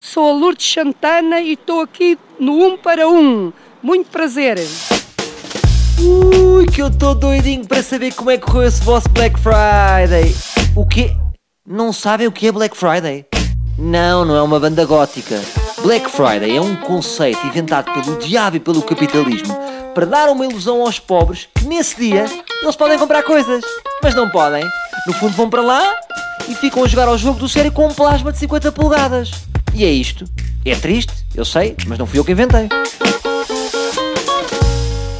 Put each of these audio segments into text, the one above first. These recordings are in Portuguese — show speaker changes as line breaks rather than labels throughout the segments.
sou a Lourdes Santana e estou aqui no 1 para 1. Muito prazer.
Ui, que eu estou doidinho para saber como é que correu esse vosso Black Friday. O quê? Não sabem o que é Black Friday? Não, não é uma banda gótica. Black Friday é um conceito inventado pelo diabo e pelo capitalismo para dar uma ilusão aos pobres que nesse dia eles podem comprar coisas, mas não podem. No fundo vão para lá e ficam a jogar ao jogo do sério com um plasma de 50 polegadas. E é isto. É triste, eu sei, mas não fui eu que inventei.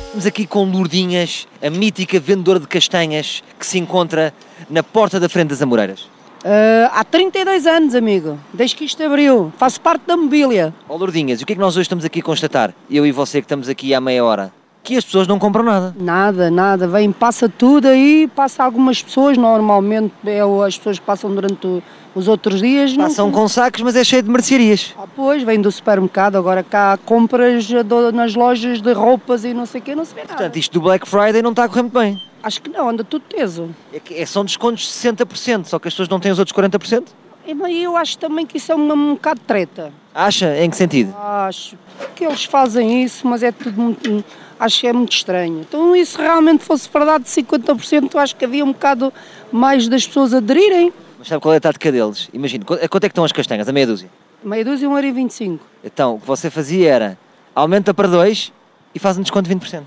Estamos aqui com Lourdinhas, a mítica vendedora de castanhas que se encontra na porta da frente das Amoreiras.
Ah, há 32 anos, amigo, desde que isto abriu. Faço parte da mobília.
Ó Lourdinhas, e o que é que nós hoje estamos aqui a constatar? Eu e você que estamos aqui há meia hora. Que as pessoas não compram nada.
Nada, nada. Vem, passa tudo aí, passa algumas pessoas, normalmente é o- as pessoas que passam durante o- os outros dias. não-
Passam com sacos, mas é cheio de mercearias.
Ah, pois, vem do supermercado, agora cá há compras do- nas lojas de roupas e não sei o quê, não se vê nada.
Portanto, isto do Black Friday não está a correr muito bem.
Acho que não, anda tudo teso.
É que- é- são descontos de 60%, só que as pessoas não têm os outros 40%?
E bem, eu acho também que isso é uma, um bocado de treta.
Acha? Em que sentido?
Acho que eles fazem isso, mas é tudo muito. Acho que é muito estranho. Então, e se realmente fosse verdade de 50%, eu acho que havia um bocado mais das pessoas aderirem.
Mas sabe qual é a tática deles? Imagina, qu- a quanto é que estão as castanhas? A meia dúzia.
Meia dúzia, um euro e 25.
Então, o que você fazia era aumenta para 2 e faz um desconto de 20%.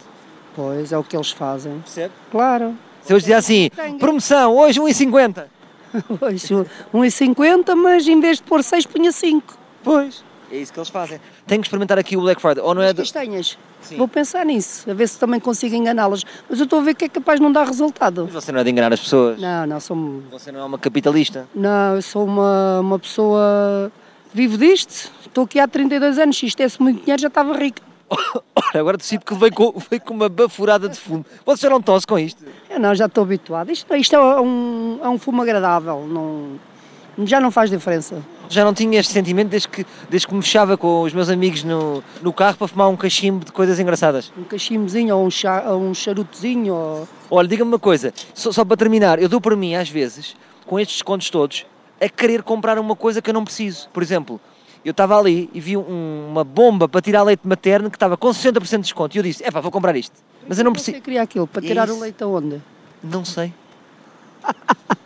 Pois, é o que eles fazem.
Percebe?
Claro.
Se eu lhes dizia assim, promoção, hoje 1,50.
Pois, um e 50, mas em vez de pôr 6, punha 5.
Pois. É isso que eles fazem. Tenho que experimentar aqui o Black Friday. Ou não é
As
do...
castanhas.
Sim.
Vou pensar nisso, a ver se também consigo enganá-las. Mas eu estou a ver que é capaz de não dar resultado.
Mas Você não é de enganar as pessoas.
Não, não, sou,
Você não é uma capitalista.
não, eu sou uma, uma pessoa. Vivo disto, estou aqui há 32 anos. Se isto desse muito dinheiro, já estava rica.
Ora, agora decido que veio com, veio com uma bafurada de fumo. Você não tosse com isto?
Eu não, já estou habituada. Isto, isto é, um, é um fumo agradável, não, já não faz diferença.
Já não tinha este sentimento desde que, desde que me fechava com os meus amigos no, no carro para fumar um cachimbo de coisas engraçadas.
Um cachimbozinho ou um, cha- ou um charutozinho. Ou...
Olha, diga-me uma coisa, só, só para terminar, eu dou para mim, às vezes, com estes descontos todos, a querer comprar uma coisa que eu não preciso. Por exemplo, eu estava ali e vi um- uma bomba para tirar leite materno que estava com 60% de desconto e eu disse: é pá, vou comprar isto. Mas eu não
Você
preciso.
queria aquilo, para
É
tirar o
isso.
leite aonde?
Não sei.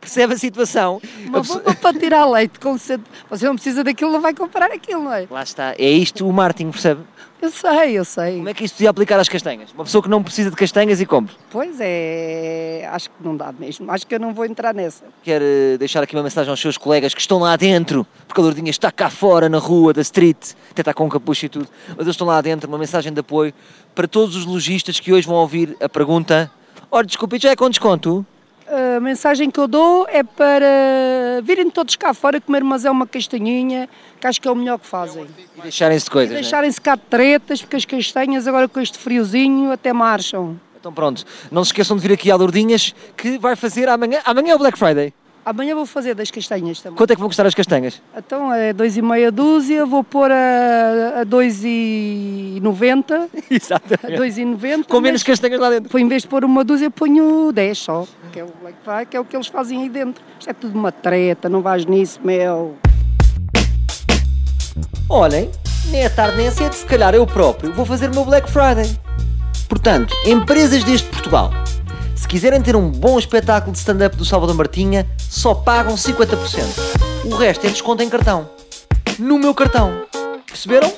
Percebe a situação?
Uma
A pessoa-
bomba para tirar leite, com cento- você não precisa daquilo, não vai comprar aquilo, não é?
Lá está, é isto o marketing, percebe?
Eu sei, eu sei.
Como é que isto podia aplicar às castanhas? Uma pessoa que não precisa de castanhas e compra.
Pois é, acho que não dá mesmo. Acho que eu não vou entrar nessa.
Quero eh, deixar aqui uma mensagem aos seus colegas que estão lá dentro, porque a Lourdinha está cá fora, na rua, da street, até está com um capucho e tudo, mas eles estão lá dentro, uma mensagem de apoio para todos os lojistas que hoje vão ouvir a pergunta Ora, desculpe, isto já é com desconto?
A mensagem que eu dou é para virem todos cá fora comer mas é uma castanhinha, que acho que é o melhor que fazem.
E deixarem-se de coisas,
E
né?
deixarem-se cá de tretas, porque as castanhas agora com este friozinho até marcham.
Então pronto, não se esqueçam de vir aqui à Lourdinhas, que vai fazer amanhã, amanhã é o Black Friday.
Amanhã vou fazer das castanhas também.
Quanto é que vão custar as castanhas?
Então é dois e meia dúzia, vou pôr a, a 2,90. A
Exatamente.
2,90.
Com menos
mas-
castanhas lá dentro.
Pô, em vez de pôr uma dúzia, ponho 10 só, que é o Black Friday, que é o que eles fazem aí dentro. Isto é tudo uma treta, não vais nisso, meu.
Olhem, nem é tarde nem é cedo, se calhar eu próprio vou fazer o meu Black Friday. Portanto, empresas deste Portugal, se quiserem ter um bom espetáculo de stand-up do Salvador Martinha, só pagam 50%. O resto é desconto em cartão. No meu cartão. Perceberam?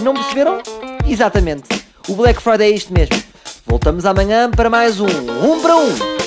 Não perceberam? Exatamente. O Black Friday é isto mesmo. Voltamos amanhã para mais um 1 para 1.